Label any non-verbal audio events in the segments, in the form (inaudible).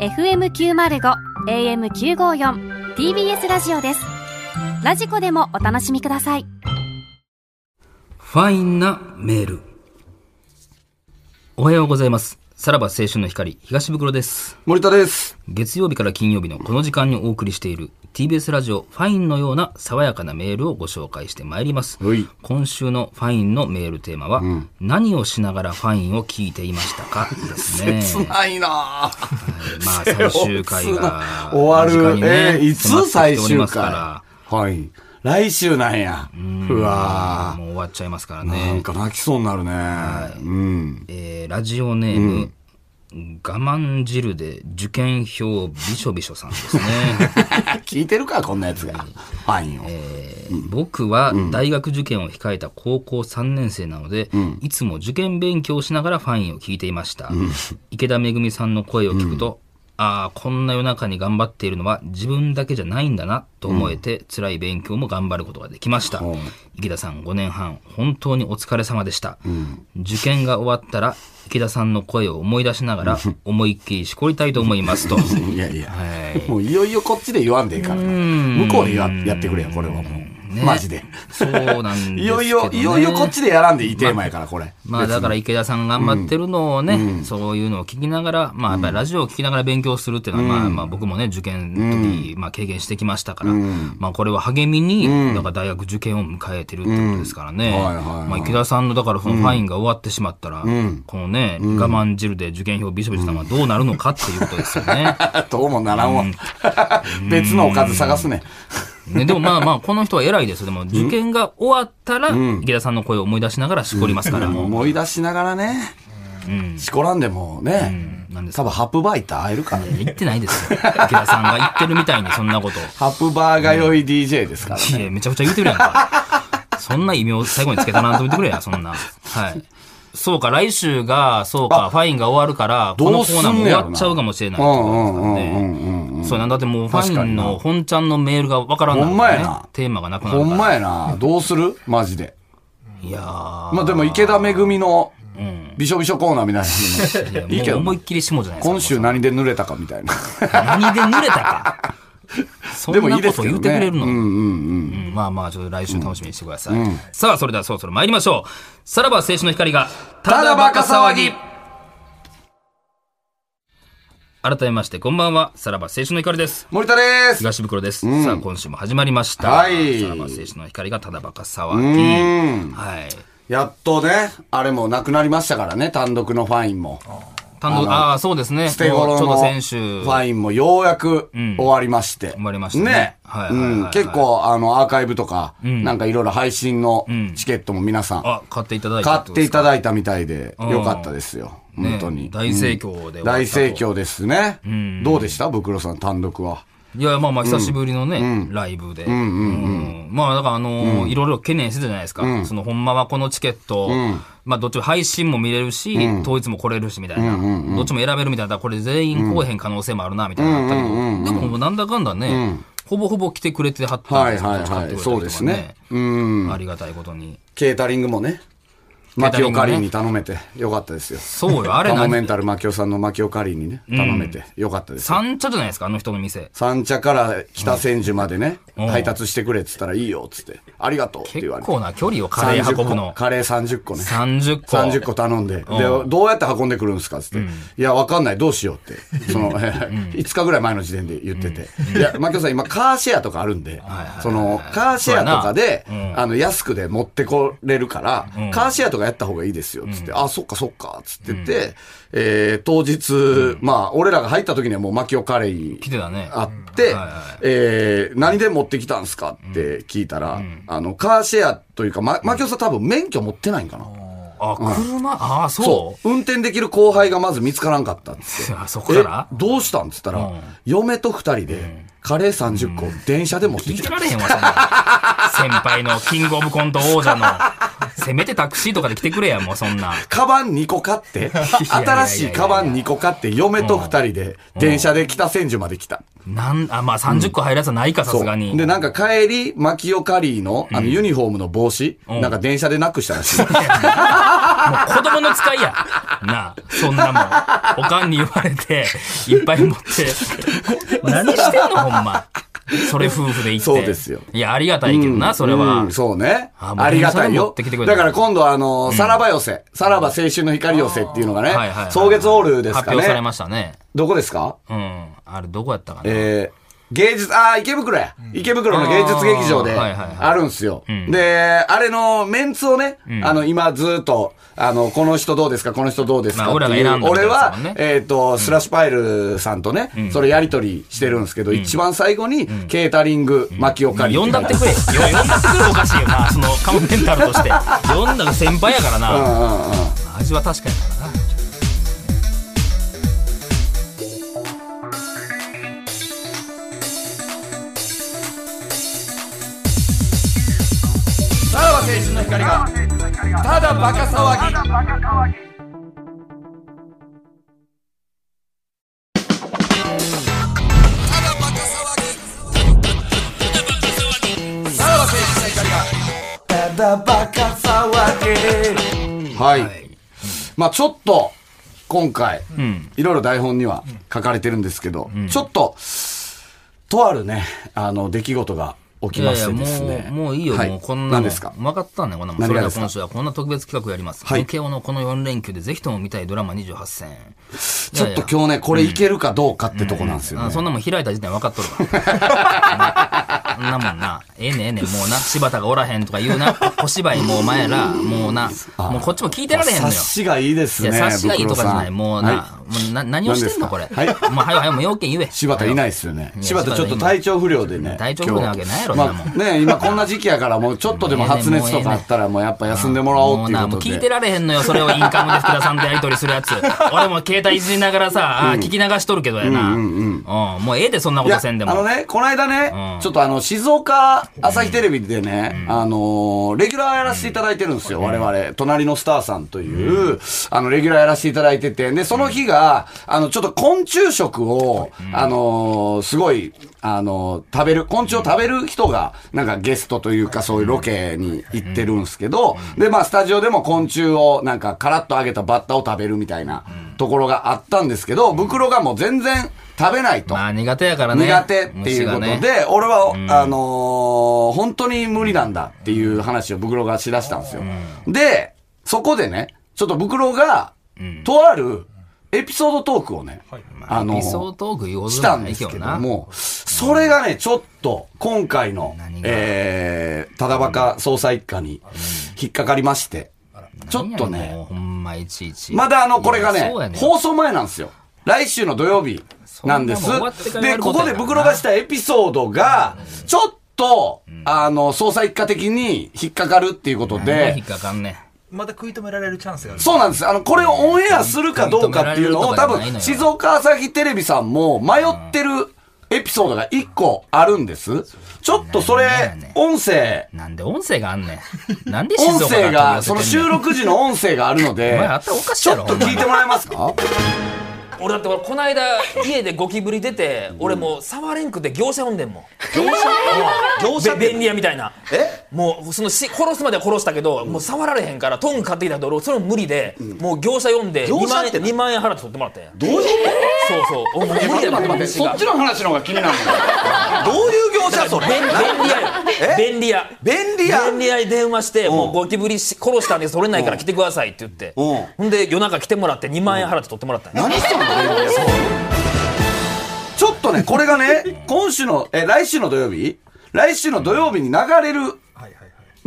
FM905 AM954 TBS ラジオですラジコでもお楽しみくださいファインなメール。おはようございます。さらば青春の光、東袋です。森田です。月曜日から金曜日のこの時間にお送りしている TBS ラジオファインのような爽やかなメールをご紹介してまいります。はい今週のファインのメールテーマは、何をしながらファインを聞いていましたかです (laughs) ね。切ないなあまあ最終回が終わる。えーい迫っつてき最ており終ま回すからはい。来週なんや。うわもう終わっちゃいますからあなねん。か泣きそうになるね。うん。えーラジオネーム、我慢汁で受験票びしょびしょさんですね。 (laughs) 聞いてるか、こんなやつが。ファインを。えー僕は大学受験を控えた高校3年生なので、いつも受験勉強をしながらファインを聞いていました。池田めぐみさんの声を聞くと、ああ、こんな夜中に頑張っているのは自分だけじゃないんだなと思えて、辛い勉強も頑張ることができました。池田さん5年半、本当にお疲れ様でした。受験が終わったら、池田さんの声を思い出しながら、思いっきりしこりたいと思います (laughs) と。いやいやはい。もういよいよこっちで言わんでいいからな。向こうでややってくれよ、これはもう。マジで。そうなんですけど、ね。いよいよ、いよいよこっちでやらんでいいテーマやから、これ。まあだから池田さん頑張ってるのをね、そういうのを聞きながら、まあやっぱりラジオを聞きながら勉強するっていうのは、まあまあ僕もね、受験の時、まあ経験してきましたから、まあこれは励みに、だから大学受験を迎えてるってことですからね。はいはいはいまあ池田さんのだからそのファインが終わってしまったら、このね、我慢汁で受験票びしょびしょさんはどうなるのかっていうことですよね。どうもならんわ。 (laughs) 別のおかず探すね。ね、でもまあまあ、この人は偉いですよ。でも受験が終わったら、池田さんの声を思い出しながらしこりますから。思い出しながらね。しこらんでもね。なんです多分ハプバー行ったら会えるから (laughs) ね。言ってないですよ。池田さんが言ってるみたいに、そんなこと。ハプバーが良い DJ ですからね。いや、めちゃくちゃ言うてるやんか。そんな異名を最後につけたなんて言ってくれや、そんな。はい。そうか、来週が、そうか、ファインが終わるから、このコーナーも終わっちゃうかもしれないってうことんなんうですからんうんうんね。うんうん。そうなんだってもうファインの本ちゃんのメールがわからんなるからほんまやねな。テーマがなくなほるんかまやな。どうするマジで。ら。いやー。まあでも池田めぐみのびしょびしょコーナーみたいなのもいいいけやもうど思いねっ。きり下じゃないですか。今週何で濡れたかみたいな。何で濡れたか。そん (laughs) でもいないでこすとけど言ね。うてくれるの。うんうんうん。うんまあまあ、ちょっと来週楽しみにしてください。さあ、それではそろそろ参りましょう。さらば青春の光が、ただバカ騒ぎ改めまして、こんばんは。さらば青春の光です。森田です。東袋です。さあ、今週も始まりました。はいさらば青春の光がただバカ騒うぎ。ん。はい。やっとね、あれもなくなりましたからね、単独のファインも。単独、ああー、そうですね。捨て頃のもうちょうど先週。ファインもようやく終わりまして。終わりましたねはいはいはいはいうん結構、あの、アーカイブとか、なんかいろいろ配信のチケットも皆さん、あ、買っていただい買たっていただだいたみたいで、んよかったですよ。ね本当に。大盛況でうん大盛況ですね。どうでしたブクロさん単独は。いや、まあまあ、久しぶりのね、ライブで。うんまあ、だから、あのーいろいろ懸念してたじゃないですか。その、ほんまはこのチケット、まあ、どっちも配信も見れるし、統一も来れるし、みたいな、どっちも選べるみたいな、これ全員来えへん可能性もあるな、みたいなのあったけど、でもも、なんだかんだね、ほぼほぼ来てくれてはったんはいですよはいはい。そうですね。。買ってくれたりとかうん。ありがたいことに。ケータリングもね。ーマタキリングねオカリーに頼めてよかったですよ。そうよ、あれ (laughs) カモメ何ンタルマキオさんのマキオカリーにね、頼めてよかったですよ。三茶じゃないですか、あの人の店。三茶から北千住までね、うん配達してくれって言ったらいいよっつって、ありがとうって結言われて。構な距離をカレー運ぶ30個の。カレー30個ね。 30個。 30個頼んで、で、どうやって運んでくるんですかっつって、いや、わかんない、どうしようって、その、5日 (laughs) ぐらい前の時点で言ってて、いや、マキオさん、今、カーシェアとかあるんで、その、カーシェアとかで、あの、安くで持ってこれるから、カーシェアとかやった方がいいですよ、つって、あ、そっかそっか、つってて、えー当日、まあ、俺らが入った時にはもうマキオカレー来てたね。あってはいはい、えー何で持ってきたんですかって聞いたら、あの、カーシェアというか、ま、マキオさん多分免許持ってないんかな。あ、車、ああ、そう。そ。う。運転できる後輩がまず見つからんかったっつってあ (laughs) そこからえどうしたんっつったら、うん嫁と二人で、カレー30個、電車で持って聞いきてた。られへんわ、そんな先輩のキングオブコント王 (laughs) 者の。せめてタクシーとかで来てくれや、もうそんな。カバン2個買 (laughs) って、やいやいや新しいカバン2個買って、嫁と二人で、電車で北千住まで来た。なんあまあ30個入るやつはないか、さすがに。で、なんか帰り、マキオカリーの、あの、ユニフォームの帽子、なんか電車でなくしたらしい。 (laughs) もう子供の使いや。なあ、そんなもん。おかんに言われて、いっぱい持って。何してんの、ほんま。それ夫婦で行って。そうですよいや、ありがたいけどな、それうはん。そうね。ああもうりがたい持っよてきてくれ。ただから今度あの、さらば寄せ、さらば青春の光寄せっていうのがねはいはいは、い草月ホールです発か表されね。ましたね。どこですかうん。あれ、どこやったかな。えー芸術、ああ、池袋や。池袋の芸術劇場で、あーはいはいはいあるんすよ。で、あれのメンツをね、あの、今ずっと、あの、この人どうですか、この人どうですかまあって俺いらが選んう、だみた俺いなやつはだもんね、えっと、スラッシュパイルさんとね、それやりとりしてるんですけど、一番最後に、ケータリング、巻きおかり。呼んだってくれ。よ呼んだってくれおかしいよな。 (laughs) そのカモメンタルとして。呼んだ先輩やからうんな。うんうん。味は確かにからな。さらば青春の光が、ただバカ騒ぎ。はい。まあちょっと、今回、いろいろ台本には書かれてるんですけど、ちょっと、とあるね、あの、出来事が起きいやまいしや、てもですね。う、もういいよ、はもうこんなの。何ですか分かったね、こんなもん。何それでがではすか今週はこんな特別企画やります。はいムケオのこの4連休でぜひとも見たいドラマ28選。ちょっと今日ね、これいけるかどうかってとこなんですよあね。そんなもん開いた時点で分かっとるから。そんなもんな。ええねんええねんもうな。柴田がおらへんとか言うな。小芝居もお前ら、もうな。もうこっちも聞いてられへんのよ。察しがいいですいね。や、察しがいいとかじゃない。ブクロさもんうはいな、もうな何をしてんのこれ。何ですかはいもう、はよはよ、もう要件言え。。(laughs) 柴田いないいですよね。や柴田ちょっと体調不良でね。体調不良なわけないやろそ今んな日もまあね今こんな時期やからもうちょっとでも発熱とかあったらもうやっぱ休んでもらおうもうっていうな、こもうと聞いでて。られへんのよ。それをインカムで福田さんとやりとりするやつ。 (laughs) 俺も携帯いじりながらさ、あー聞き流しとるけどやな。うんもうええで、そんなことせんであも。のね、この間ね、うんちょっとあの、静岡朝日テレビでね、あのーレギュラーやらせていただいてるんですよ、我々。隣のスターさんという、あの、レギュラーやらせていただいてて、で、その日が、あの、ちょっと昆虫食を、あのーすごい、あのー食べる、昆虫を食べる人が、なんかゲストというか、そういうロケに行ってるんですけど、で、まあ、スタジオでも昆虫を、なんか、カラッと揚げたバッタを食べるみたいなところがあったんですけど、袋がもう全然食べないと。まあ苦手やからね。苦手っていうこと虫で、がね俺は、あのー本当に無理なんだっていう話をブクロがしだしたんですよ。で、そこでね、ちょっとブクロが、とあるエピソードトークをね、あのー理想トーク言うほどしじゃたんなでいけすどけどな。も、それがね、ちょっと、今回の何、がえー、ただばか捜査一課に引っかかりまして、ちょっと何やねんもね、うほんまいちいち。まだあの、これがいやねそうや、ん放送前なんですよ。来週の土曜日なんですそんなもん終わってか。らやで、るこことやこからでな袋がしたエピソードが、ちょっと、あの、捜査一課的に引っかかるっていうこと何が引でっ、かかんねん。また食い止められるチャンスがある。そうなんです。あの、これをオンエアするかどうかっていうのを、多分、静岡朝日テレビさんも迷ってるエピソードが一個あるんです。ちょっとそれ、音声、なんで音声があんねん。なんで静音岡声から取が、そりの寄せてん収ねん録時の音声があるのおで前、頭おかしいちやょろっと聞いてもらえますか俺だって俺この間家でゴキブリ出て、俺もうサワーレンクで業者運んでんもん業者業者っべて便利屋みたいなもうそのし殺すまでは殺したけど、もう触られへんからトング買ってきたけど俺それも無理で、もう業者呼んで業2者万って円何2万円払って取ってもらったんやどういうそうそう俺もう無理やな待ってそっちの話の方が気になるのどういう業者それ便便利屋よ便利屋便利屋便利屋に電話して、もうゴキブリし殺したんで取れないから来てくださいって言って、うんほんで夜中来てもらって2万円払って取ってもらったんや、何してんのちょっとね、これが (laughs) ね、今週の、え、来週の土曜日来週の土曜日に流れる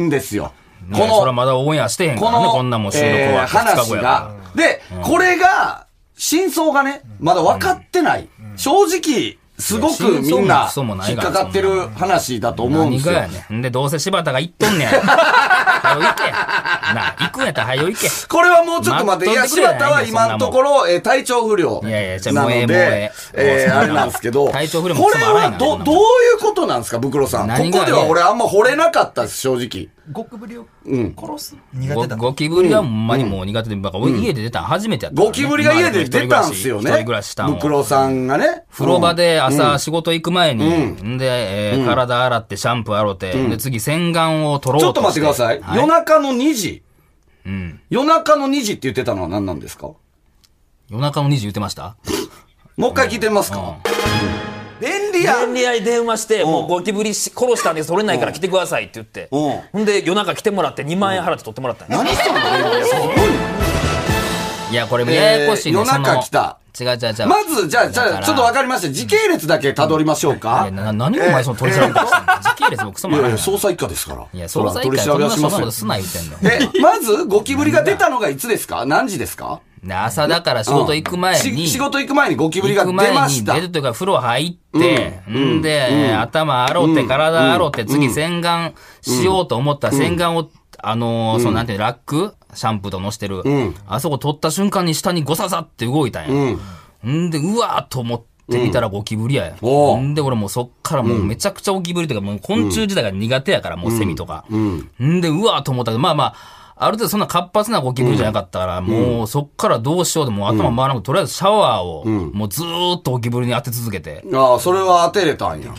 んですよ。いやそれはまだオンエアしてへんかこらね、の、こんなもん収録えは2ー日話後やから。が。で、これが、真相がね、まだ分かってない。正直、すごくみんいやな真相もクソもない引っからかかってる話だと思うんで何すがよ。やねん。んで、どうせ柴田が行っとんねや。はよ行け。なあ、行くんやったらはよ行け。これはもうちょっと待って、い待っや、といてくれ柴田は今のところ、えー体調不良。いやいやじゃあなもうええのもうえで、ええーもうあれなんですけど、 (laughs) 体調不良もこクソれも荒いはなど、こんなもんどういうことなんですか、ブクロさん。こ何がこでは俺あんま惚れなかったです、正直。ゴキブリを殺す苦手だゴゴキブリはほんまにもう苦手で、バカ、俺家で出たん初めてやったからね。ゴキブリが家で出たんすよね。一人暮らししたんブクロを。さんがね。風呂場で朝仕事行く前に、で、えー体洗ってシャンプー洗って、で、次洗顔を取ろうちょとっと待ってください。は夜中の2時。夜中の2時って言ってたのは何なんですか夜中の2時言ってましたもう一回聞いてみますか、便利や便利屋に電話して、もうゴキブリし殺したんで取れないから来てくださいって言って。うんほんで夜中来てもらって2万円払って取ってもらったんや何したのすごいいや、これもややこしいね、えー夜中来たその違う違う違う。まず、じゃあ、じだゃかあ、らちょっとわかりました。時系列だけ辿りましょうか。いやな何がお前その取り調べことしてんの時系列もクソいもやいないや、。捜査一課ですから。いや、そ捜ら査一取課りそ調んべなはそしんなまこせとん。すな言ってんの。え、まず、ゴキブリが出たのがいつですか何時ですかで朝だから仕事行く前に、し仕事行く前にゴキブリが行出く前まにした出。るというか風呂入って、うんんで、頭洗って、体洗って、次洗顔しようと思ったら洗顔を、あのー、そのなんていうのラックシャンプーとのしてる、あそこ取った瞬間に下にゴサザって動いたんや。んで、うわーと思ってみたらゴキブリやや。おうんで、俺もうそっからもうめちゃくちゃゴキブリというか、もう昆虫自体が苦手やから、もうセミとか。んで、うわーと思ったけど、まあまあ、ある程度そんな活発なゴキブリじゃなかったから、もうそっからどうしようでもう頭回らなくて、とりあえずシャワーを、もうずーっとゴキブリに当て続けて。ああ、それは当てれたんや。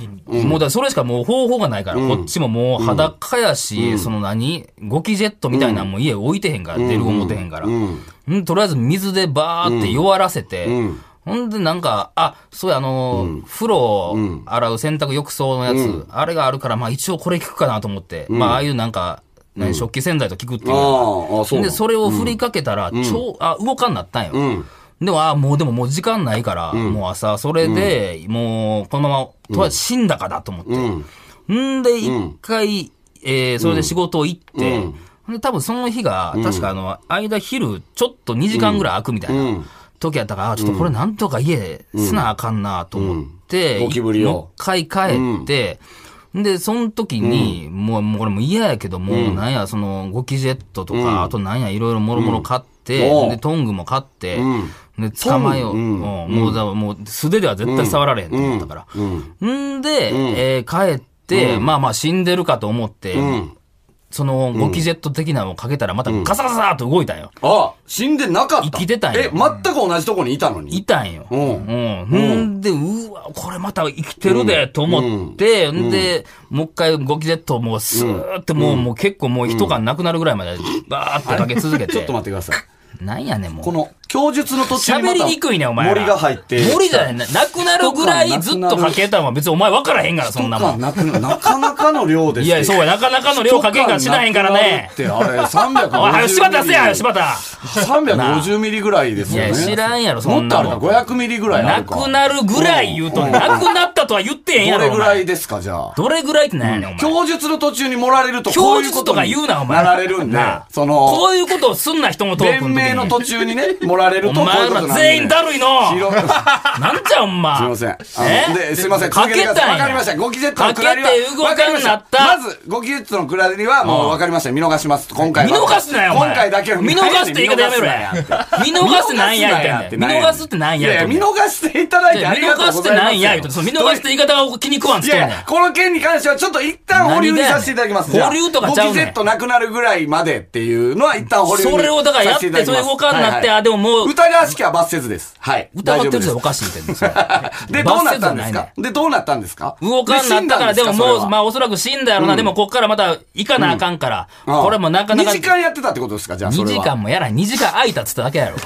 もうだからそれしかもう方法がないから、こっちももう裸やし、その何ゴキジェットみたいなのも家置いてへんから、出るゴ持てへんから、んとりあえず水でバーって弱らせて、ほんでなんか、あ、そうや、あのー、風呂を洗う洗濯浴槽のやつ、あれがあるから、まあ一応これ効くかなと思って、まあああいうなんか、何食器洗剤と効くっていうあのがあ、ああそうなで、の。それを振りかけたら、超、あ、動かんなったんよ。でも、あもうでももう時間ないから、もう朝、それで、もう、このまま、とりあえず死んだかだと思って。んで、一回、えーそれで仕事行って、で、多分その日が、確かあの、間昼、ちょっと2時間ぐらい空くみたいな時やったから、あちょっとこれなんとか家、すなあかんなと思って、うんゴキブリをもう一回帰って、で、その時に、もう、もうこれもう嫌やけども、なんや、その、ゴキジェットとか、あとなんや、いろいろもろもろ買って、うんおうで、トングも買って、で、捕まえよう。うんもう、だからもう、素手では絶対触られへんと思ったから。んで、えー帰って、まあまあ死んでるかと思って、その、ゴキジェット的なのをかけたら、またガサガサーと動いたんよ。ああ、死んでなかった。生きてたんやえ、全く同じとこにいたのいに。たんよ。うんうん。んで、うわ、これまた生きてるで、と思って、んで、もう一回ゴキジェットをもうスーってもう、もう結構もう一缶なくなるぐらいまで、バーってかけ続けて。ちょっと待ってください。なんやねん、もこう。の、供述の途中にま喋たりにくいね、お前ら。森が入って。森じゃないな。なくなるぐらいずっとかけたんは別にお前分からへんから、そんなもん。なくななかなかの量ですいや、そうや、なかなかの量かけんからしなへんからね。一缶なくなるって、あれ、350おい、はよ、柴田せや、柴田。 350ミリぐらいですよいね。や知らんやろそもんっなとあもんるか、500ミリぐらいあなるか。くなるぐらい言うとんねん、なくなったとは言ってへんやろ。どれお前ぐらいですか、じゃあ。どれぐらいってなんやねん、お前。供述の途中に盛られると、こ供ういうこ述ととかに言うな、お前。なられるんでなあ、そこの、ういうことをすんな、人のトーク弁の時明の途に。中にね、盛られるおと、こうい前うことらなんで。全員だるいの (laughs) 広なんじゃ、お前。すいません。あのえで、すいません。かけたんや続てくださいわかりました。ゴキジェットのくだりは。かけて動かんわりましなったまず、ゴキジェットのくだりは、もうんうわかりました。見逃します。今回見は。逃すなよ、お前。今回だけは見逃すって言い方やめろや。見逃すなんや言ってんねん。見逃すってなんやいやいや、見言う逃していただていんねんいや見てありがと逃うごすっざていなんや言うますよ。てんねんその見逃すって言い方が気に食わんついってんねやんいや、この件に関してはちょっと一旦保留にさせていただきます。何がやねん保留とかちゃうねんゴキジェットなくなるぐらいまでっていうのは一旦保留にそれをだからやって、それ動かんなって、あ、でも。ももう、歌いらしきは罰せずです。はい。疑ってるじゃお大丈夫かしいって (laughs) んねんそれですで、どうなった罰せんですずはないねかで、どうなったんですか動かんなったから、でももう、まあおそらく死んだやろな、でもこっからまた行かなあかんから、これもなかなか2時間やってたってことですかじゃあ、そ2れ時は。間もやら2時間空いたっつっただけやろ。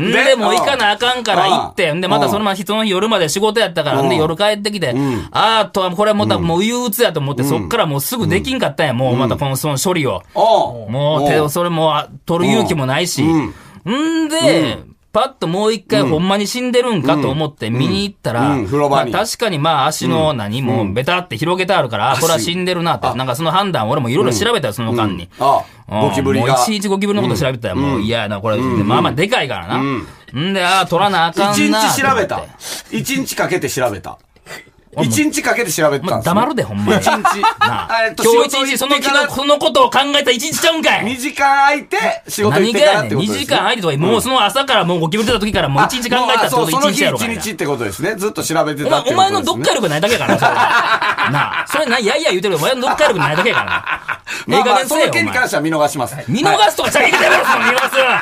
んででもう行かなあかんからうん行って、んでまたそのままその日夜まで仕事やったから、んで夜帰ってきて、あーとはこれはまたもう憂鬱やと思って、そっからもうすぐできんかったんや、もうまたこのその処理を。おうもう手をそれもあ取る勇気もないし。んで、パッともう一回ほんまに死んでるんかと思って見に行ったら、うんうん風呂場にまあ確かにまあ足の何もベタって広げてあるから、あこれは死んでるなって、なんかその判断俺もいろいろ調べたよ、その間に。あうんゴキブリもうがい。ちいちゴキブリのこと調べてたら、もう嫌やな、これ。まあまあでかいからな。んで、ああ、取らなあかんな。一日調べとた思って。一日かけて調べた。一日かけて調べてまたんあ、ですよ黙るで、ほんまに。一日。なああえっと今仕事日一日そ行のって日からのこのことを考えた一日ちゃうんかい2時間空いて、仕事行何ってがからやっねてんこ ?2 とです、ね。時間入るとか、もうその朝からもうゴキブリ出た時からもう1日考えたってそことうその1日日やろかい1な日ってことですね。ずっと調べておた前っ、ておいうこと前です、ね。のどっか力ないだけやからな、それなあ、それな、いやいや言うてるけどお前のどっか力ないだけやからな。ええまあ加まあ、減せそえよの、お前件に関しては見逃します。見逃すとかじゃいけないやろ、その見逃すは。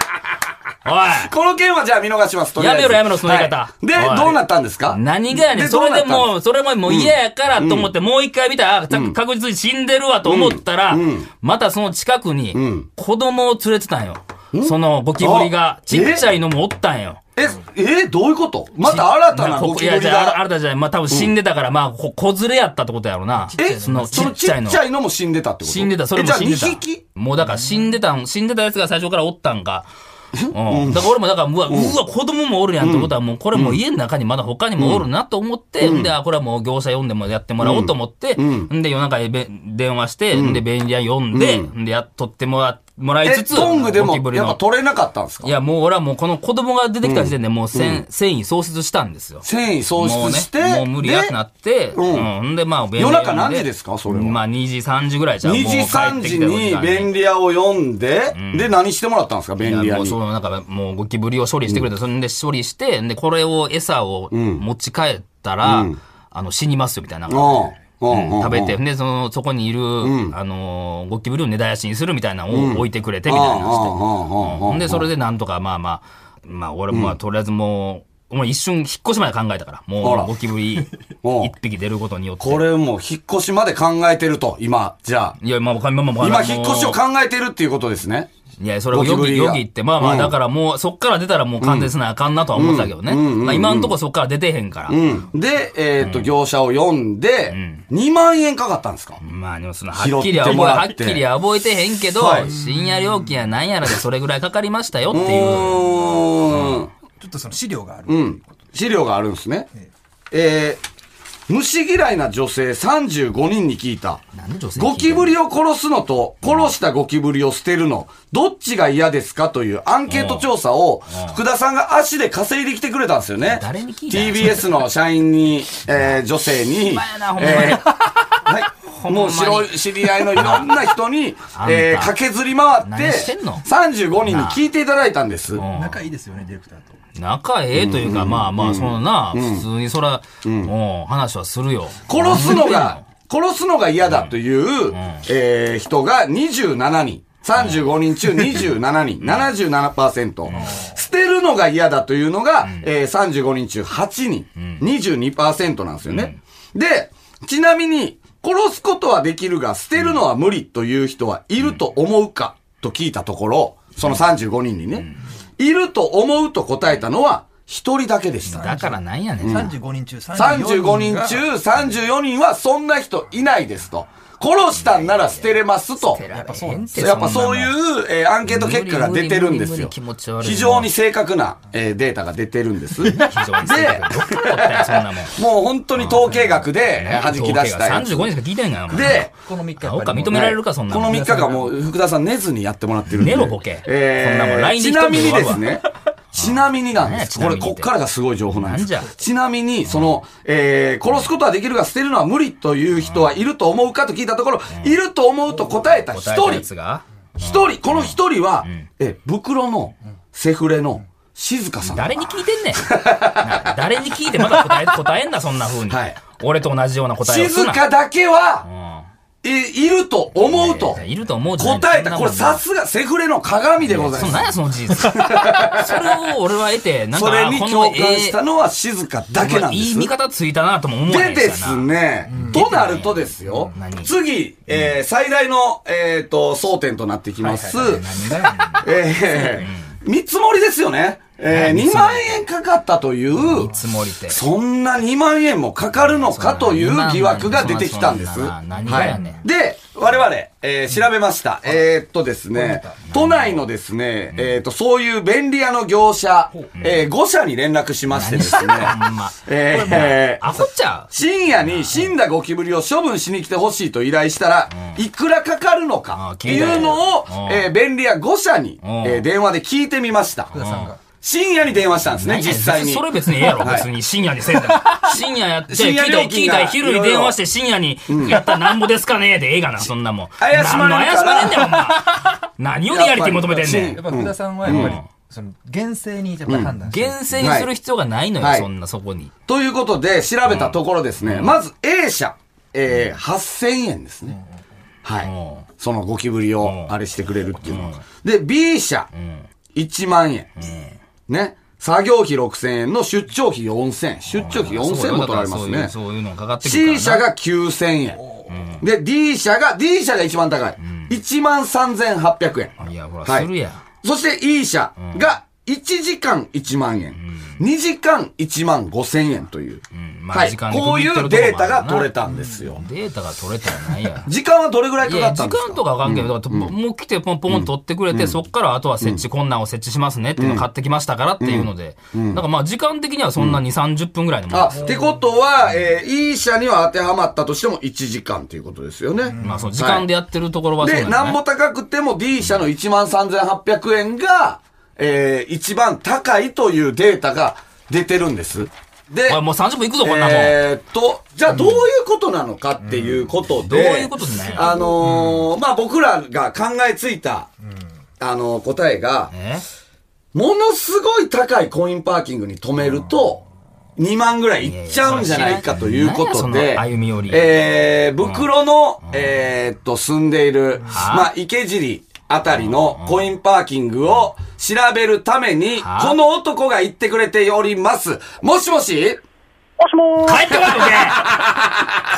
おこの件はじゃあ見逃します。とりあえずやめろやめろその言い方はいでおい、どうなったんですかい何がやねん。でそれでどうなったんもう、それももう嫌やからと思って、もう一回見たら、あ確実に死んでるわと思ったら、またその近くに、子供を連れてたんよ。そのゴキブリがあ、ちっちゃいのもおったんよ。え、え、どういうことまた新たなこゴキブいやリじゃあ、が。新たじゃない。まあ、多分死んでたから、まあ、こ子連れやったってことやろな。え、そそののちっちちゃいっのち。ゃいのも死んでたってこと死んでた、それも死んでた。えじゃあ2匹もうだから死んでたん、死んでたやつが最初からおったん (laughs) か。うん、だから俺もだから、うわ、うわ、子供もおるやんってことは、もうこれもう家の中にまだ他にもおるなと思って、んで、あ、これはもう業者呼んでもやってもらおうと思って、んで、夜中にべ電話して、んで、便利屋呼んで、んで、やっとってもら、もらいえ、つつ、トングでゴもキブリやっぱの。取れなかったんですかいや、もう俺はもうこの子供が出てきた時点でもうせん繊維喪失したんですよ。繊維喪もう失ねして、もう無理やってなって、ううんん。んで、まあ、便利夜屋中呼ん何時ですかそれはまあ、2時、3時ぐらいじゃん。 2時もう帰3ってき時たよに便利屋を読んで、で、何してもらったんですかい便利や屋もうにそ。のなんかもうゴキブリを処理してくれて、それで処理して、で、これを餌を持ち帰ったら、あの、死にますよみたいな。うんうんうんうん食べて、で、その、そこにいる、あのー、ゴキブリを根絶やしにするみたいなのを置いてくれて、みたいなのしてうんうんうんうんうんうんで、それでなんとか、まあまあ、まあ俺もまあとりあえずもう、俺一瞬引っ越しまで考えたから、あもらうゴキブリ (laughs) うん一匹出ることによって。これもう引っ越しまで考えてると、今、じゃあ。いや、まあ、今、まあ今、引っ越しを考えてるっていうことですね。いや、それをよゴキブぎ、リがよぎって、まあまあ、うんだからもう、そっから出たらもう完全せなあかんなとは思ってたけどね。まあ今のところそっから出てへんから。うん。で、えっと、業者を読んで、2万円かかったんですかまあでもその、は拾っってきりは覚え、もらはっってきりは覚えてへんけどは、い深夜料金やなんやらでそれぐらいかかりましたよっていう。うちょっとその資料がある。ーん。うん。資料があるんですね。えー、虫嫌いな女性35人に聞いた。なんで女性に聞いてんのゴキブリを殺すのと、殺したゴキブリを捨てるの、どっちが嫌ですかというアンケート調査を、福田さんが足で稼いできてくれたんですよね。誰に聞いたの ?TBS の社員 (laughs) に、えー、女性にまやなほん、まにえーはい、んまにもう白い知り合いのいろんな人にあん、たえー、駆けずり回っ何しててんの、 35人に聞いていただいたんです。仲いいですよね、ディレクターと。仲ええというか、まあまあ、そのな、普通にそら、もう話はするよ。殺すのが、殺すのが嫌だという、えー人が27人。35人中27人、77%。捨てるのが嫌だというのが、えー35人中8人、22%なんですよね。で、ちなみに、殺すことはできるが、捨てるのは無理という人はいると思うかと聞いたところ、その35人にね、いると思うと答えたのは1人だけでした。だからなんやねん。 35人中35 34人人が中34人はそんな人いないですと。殺したんなら捨てれますと。やっぱそう。やっぱそういうう、えーアンケート結果が出てるんで無理無理無理す無理よ気持ち悪。い非常に正確な、えーデータが出てるん (laughs) です。で、非常に正確どっから取ったんやそんなもん。もう本当に統計学でえー弾き出したやつ35人しか聞いてないんかな、お前で、この3日青か認められるか、そんなこもんの3日間もう福田さん寝ずにやってもらってるんで。寝ろボケそんなもんえ LINE ー、でち一な言みで終にわるでわす (laughs) ね。ちなみになん何やでちす。なこみにれ、ってこっからがすごい情報なんですなんじゃ。ちなみに、その、えー、殺すことはできるが捨てるのは無理という人はいると思うかと聞いたところ、いると思うと答えた答え一たやつ人。が一人、この一人は、え、袋の、セフレの、静香さん。誰に聞い (laughs) てんねんな誰に聞いてまだ答え答えんなそんな風に、はい俺と同じような答えをす静な香だけうは、んいいると思うといや。いると思うじゃない答えた。そんこなもれんさすが、セフレの鏡でございそんますなん。やその事 (laughs) 実それを俺は得てなんかそれにこ共の感したのは静かだけなんでいいす。見方ついたなとも思わへでんしでなすね、となるとですようん何、次、えー最大の、えー、と争点となってきます、何がやねん (laughs) えー見積もりですよね、えー2万円かかったという、見積もりってそんな2万円もかかるのかという疑惑が出てきたんです。そんな何がやねんはいで、我々、えー調べました。えーっとですね、都内のですね、えーっと、そういう便利屋の業者、え5社に連絡しましてですね、ほんまえーえーアホっちゃう深夜に死んだゴキブリを処分しに来てほしいと依頼したら、いくらかかるのかっていうのあを聞い、たよえー便利屋5社に、んえー電話で聞いてみました。福田さんが。深夜に電話したんですね、実際に。それ別にええやろ、はい別に深夜にせん (laughs) でも。深夜やって、聞深い夜た料聞い金たが昼に電話して深夜に、やったらなんぼですかねでええがな、そんなもん。怪しまれ何るからも怪しまれんねん、お前。何をリアリティ求めてんねやんっ。ぱ福田さんはやっぱり、その、厳正にやっぱ判断してる。厳正にする必要がないのよ、はいそんな、そこに。ということで、調べたところですね、まず A 社、えー、8000円ですね。はうい。そのゴキブリをあれしてくれるっていうのが。で、B 社、 1万円。ね。作業費6000円の出張費4000円。出張費4000円も取られますね。そういうのがかかってくるから C な社が9000円。で、D 社が、D 社が一番高い。1万3800円。いや、ほら、はいするやん。そして E 社が1時間1万円、2時間1万5千円という、んまあはい、時間でこう区切いってるうとこもあるなデータが取れたんですよ。データが取れたらないやん。時間はどれぐらいいかかや、っ (laughs) た時んですか間とかわかんけど、だからもう来てポンポン取ってくれて、そっからあとは設置、こんなんを設置しますねっていうのを買ってきましたからっていうので、だからまあ時間的にはそんな2、30分ぐらいのもんあ、でっす。てことは、えー、E 社には当てはまったとしても1時間ということですよね。まあそう、時間でやってるところはそうで、なんだなねんぼ高くても D 社の1万3800円が、えー、一番高いというデータが出てるんです。で、おいもう30分いくぞ、こんなもん。えーっと、じゃあどういうことなのかっていうことで、どういうことですねあのーまあ僕らが考えついた、あのー答えが、えものすごい高いコインパーキングに止めると、2万ぐらいいっちゃうんじゃないかといういやこといやでそ、の歩み寄りえー、袋の、えーっと、住んでいる、まあ、池尻あたりのコインパーキングを調べるために、はこの男が言ってくれております。もしもしもしもーし。帰ってこい、ボケ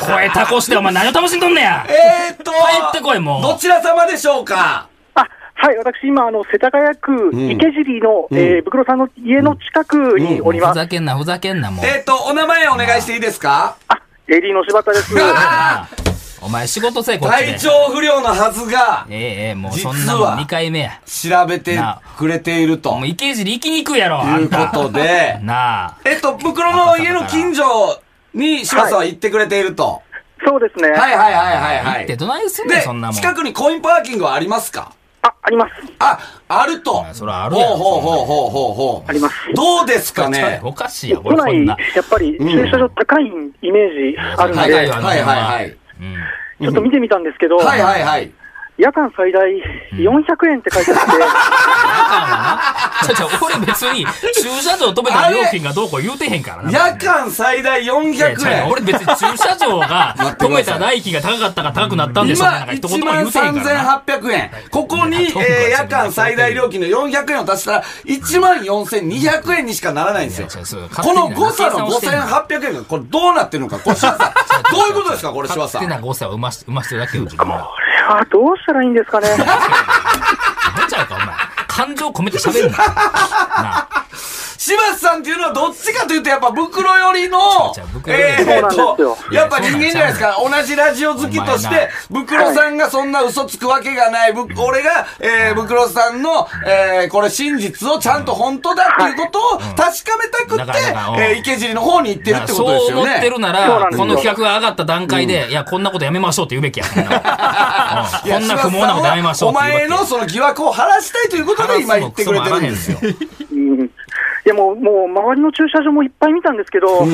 声タコして、お前何を楽しんどんねやえーっと、帰ってこいもうどちら様でしょうかあ、はい、私今、あの、世田谷区ん池尻の、えー、袋さんの家の近くにおりふます。ざけんな、ふざけんな、もう。えーっと、お名前お願いしていいですかあ、エリーの柴田です。あーお前仕事せえ、こっちで。体調不良のはずがええええ、もうそんなもん2回目や。調べてくれているともう池尻行きにくいやろ、あいんうた。こと (laughs) で、なあ。えっと、袋の家の近所に柴田さんは行ってくれていると。そうですね。はいはいはいはいは行っい。てでどないすんねん、そんなもん。、近くにコインパーキングはありますかあ、あります。あ、あるとまあ。それはあるやろほうほうほうほうほうほう。ありますどうですかちょっねとおかしいや、こ都れこ内、んなやっ。ぱり駐車場高いイメージあるんはいで、はいはいはい。ちょっと見てみたんですけど、はいはいはい。夜間最大400円って書いてあ (laughs) って、ちゃちゃ、俺別に駐車場止めた料金がどうこう言うてへんからな。夜間最大いやち400ゃう円。俺別に駐車場が (laughs) 待って止くださいめた代金が高かったか高くなったんでしょ今、なんか一言1も万言うてへんからな。 3800円。ここに、いやえトンーグは夜間最大料金の400円を足したら、1万4200円にしかならないんですよ。いや違うこそうの誤差の勝手にな5800円が、これどうなってるのか、これ柴 (laughs) 田さん。どういうことですか、これ柴田勝さ手ん。な誤差を生まして、生ましてるだけよ、自分は。これはどうしたらいいんで (laughs) すかね。なんちゃうか、お前。感情込めて喋るな。なあ。柴田さんっていうのはどっちかというと、やっぱ袋寄りの違う違う、袋寄りでえすーっそうなんですとよ、やっぱ人間じゃないですか。同じラジオ好きとしお前なて、袋さんがそんな嘘つくわけがない。ぶ俺が、えー、袋さんの、えー、これ真実をちゃんと本当だっていうことを確かめたくだからだからうんって、えー、池尻の方に行ってるってことでそすう思よってねる。なそうならん、ですこよの企画が上がった段階で、いや、こんなことやめましょうって言うべ (laughs) きや。こんないうんこやんな不毛なことやめましょうっおて言うべ前きやのその疑惑を晴らしたいということで今言ってくれてるんですよ。うんいやもう、もう周りの駐車場もいっぱい見たんですけど、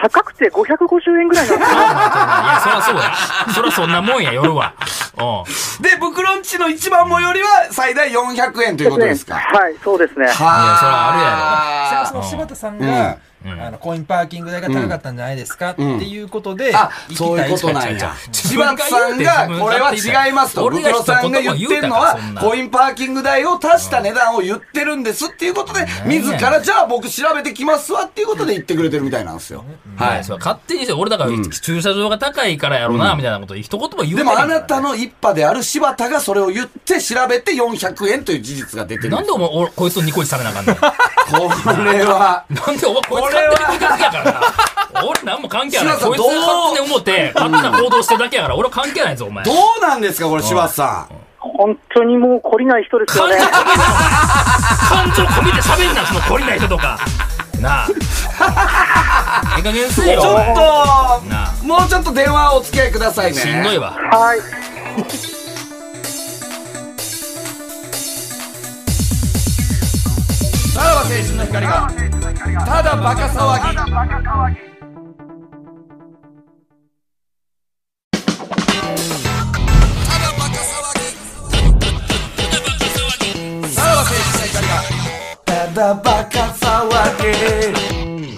高くて550円ぐらいなんですいよ。や、そらそうや。そらそんなもんや、夜は。うん。で、袋んちの一番最寄りは最大400円ということですか。はい、そうですね。いやそれはじゃあそろ。の柴田さんが、あのコインパーキング代が高かったんじゃないですか、っていうことで、あ、行きたそういうことなんや。違う違う柴田さんが、これは違いますと、俺が袋一言さんが言ってるの言うたからそはん、なコインパーキング代を足した値段を言ってるんですっていうことで、自ら、じゃあ僕調べてきますわっていうことで言ってくれてるみたいなんですよ。は。はいい。それ勝手にして、俺だから、駐車場が高いからやろな、みたいなこと一言も言うてへんでかもらあなたの一派である柴田がそれを言って調べて400円という事実が出てるなんでお前、おこいつとニコイチされなあかん (laughs) ねん。これは、なんでお前こいつ勝手に向かやからな。俺なんも関係ない。柴田さんこいつが勝手に思って、勝手な行動してるだけやから、俺は関係ないぞ、お前。どうなんですか、これ柴田さん。本当にもう懲りない人ですよ感情込めて、感情 (laughs) ね。込めて喋んな、その懲りない人とか。なあ。 (laughs) ええ加減にせえよ。ちょお前なっと、もうちょっと電話お付き合いくださいね。しんどいわ。はい。さらば青春の光がただバカ騒ぎ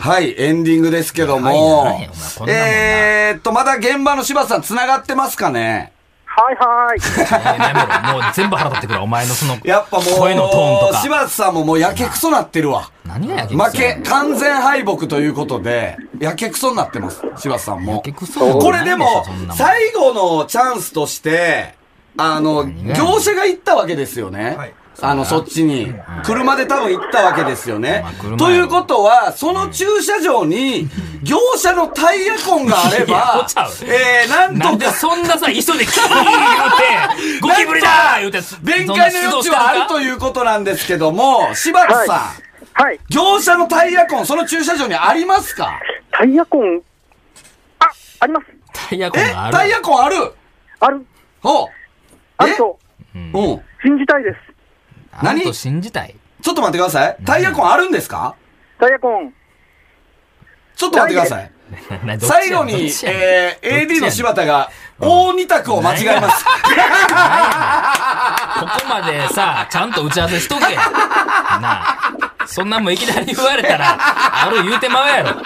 はい、エンディングですけどはいもはいお前こんなもん。なえーっと、まだ現場の柴田さん繋がってますかねはいはい。 (laughs) えーやめろもう全部腹立ってくるわお前のそのやっぱもう、声のトーンとか柴田さんももうやけくそなってるわ。何がやけくそ負け、完全敗北ということで、やけくそになってます、柴田さんもやけ。くそこれでもそんな、ん最後のチャンスとして、あの、ね業者が行ったわけですよね。はいあの、そっちに。車で多分行ったわけですよねまあ車。やということは、その駐車場に、業者のタイヤ痕があれいやこばっちゃう、えー、なんなんとでか、そんなさ急いでキー言うてゴキブリだ言うて弁解の余地はあるということなんですけども、柴田さん。はい。業者のタイヤ痕、その駐車場にありますかタイヤ痕、あ、あります。タイヤ痕えがあるタイヤ痕あるある、ほう。あるとうん。信じたいです。あると信じたい (laughs) ちょっと待ってください。タイヤ痕あるんですかタイヤ痕、ちょっと待ってください。最後に、えー、AD の柴田が、大二択を間違えます。ここまでさ、ちゃんと打ち合わせしとけ。なあ。そんなんもいきなり言われたら、ある言うてまうやろ。なあ。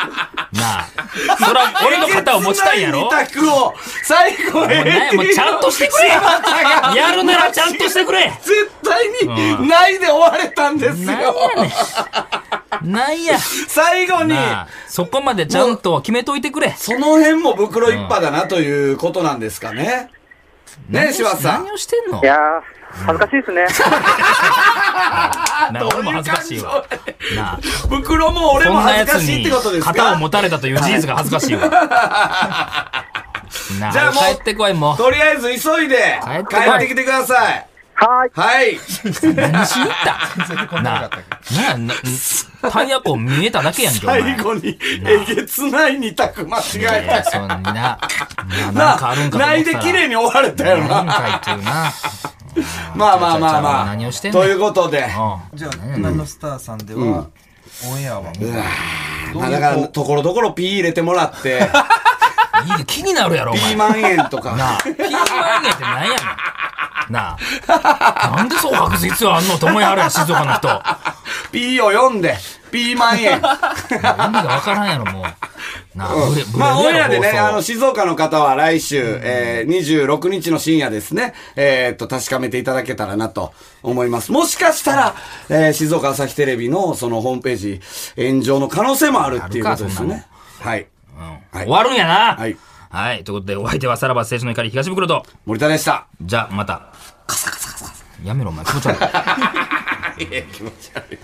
そら、 (laughs) 俺の肩を持ちたいやろえげつない二択を、最後もうね AD もうちゃんとして (laughs) くれ柴田がやるならちゃんとしてくれ絶対に、ないで終われたんですよ。なん (laughs) や。最後に、なあ。そこまでちゃんと決めといてくれ。その辺も袋一派だなということなんですかね。ね何え、を柴田さん何。をしてんのいやー、恥ずかしいですね。 (laughs) なあ俺も恥ずかしいわ。な (laughs) あ。袋も俺そんもな恥やずつかしいっにてことですか肩を持たれたという事実が恥ずかし (laughs) いわ。なじゃああ、もう帰ってこい、もう。とりあえず急いで帰ってこい帰ってきてください。はい。は (laughs) い。何しに行ったなあ、なあ、なタイヤ痕見えただけやんけ、お前。 (laughs) 最後に、えげつない二択間違いやいやえそうな、なた。なんかあるんかと思ったら。ないで綺麗に終われたよなな。んかいっていうな。まあまあまあちゃうちゃうちゃうま何をしてあ。んのということで。うじゃあ、ナのスターさんでは、オンエアはもう、どうまあだから、いうこところどころ P 入れてもらっん。いいて、よ気になるやろ、 (laughs) お P 前。な万円とかあ、。ピーマンゲってなんやねん。なあ、なんでそう白日はあんのと思いはるやん、静岡の人。 P を読んで、P 万 (laughs) 円。意味がわからんやろ、もう。なあ、ブレ、ブレるやろまあ、オンエアでね、放送あの、静岡の方は来週、えー、26日の深夜ですね、えーっと、確かめていただけたらなと思います。もしかしたら、えー、静岡朝日テレビのそのホームページ、炎上の可能性もあるっていうことですあるね。はい。うん終わるんやな。はい。はい。ということで、お相手はさらば青春の光東袋と、森田でした。じゃあ、また。やめろ、お前。気持ち悪い。いや、気持ち悪い。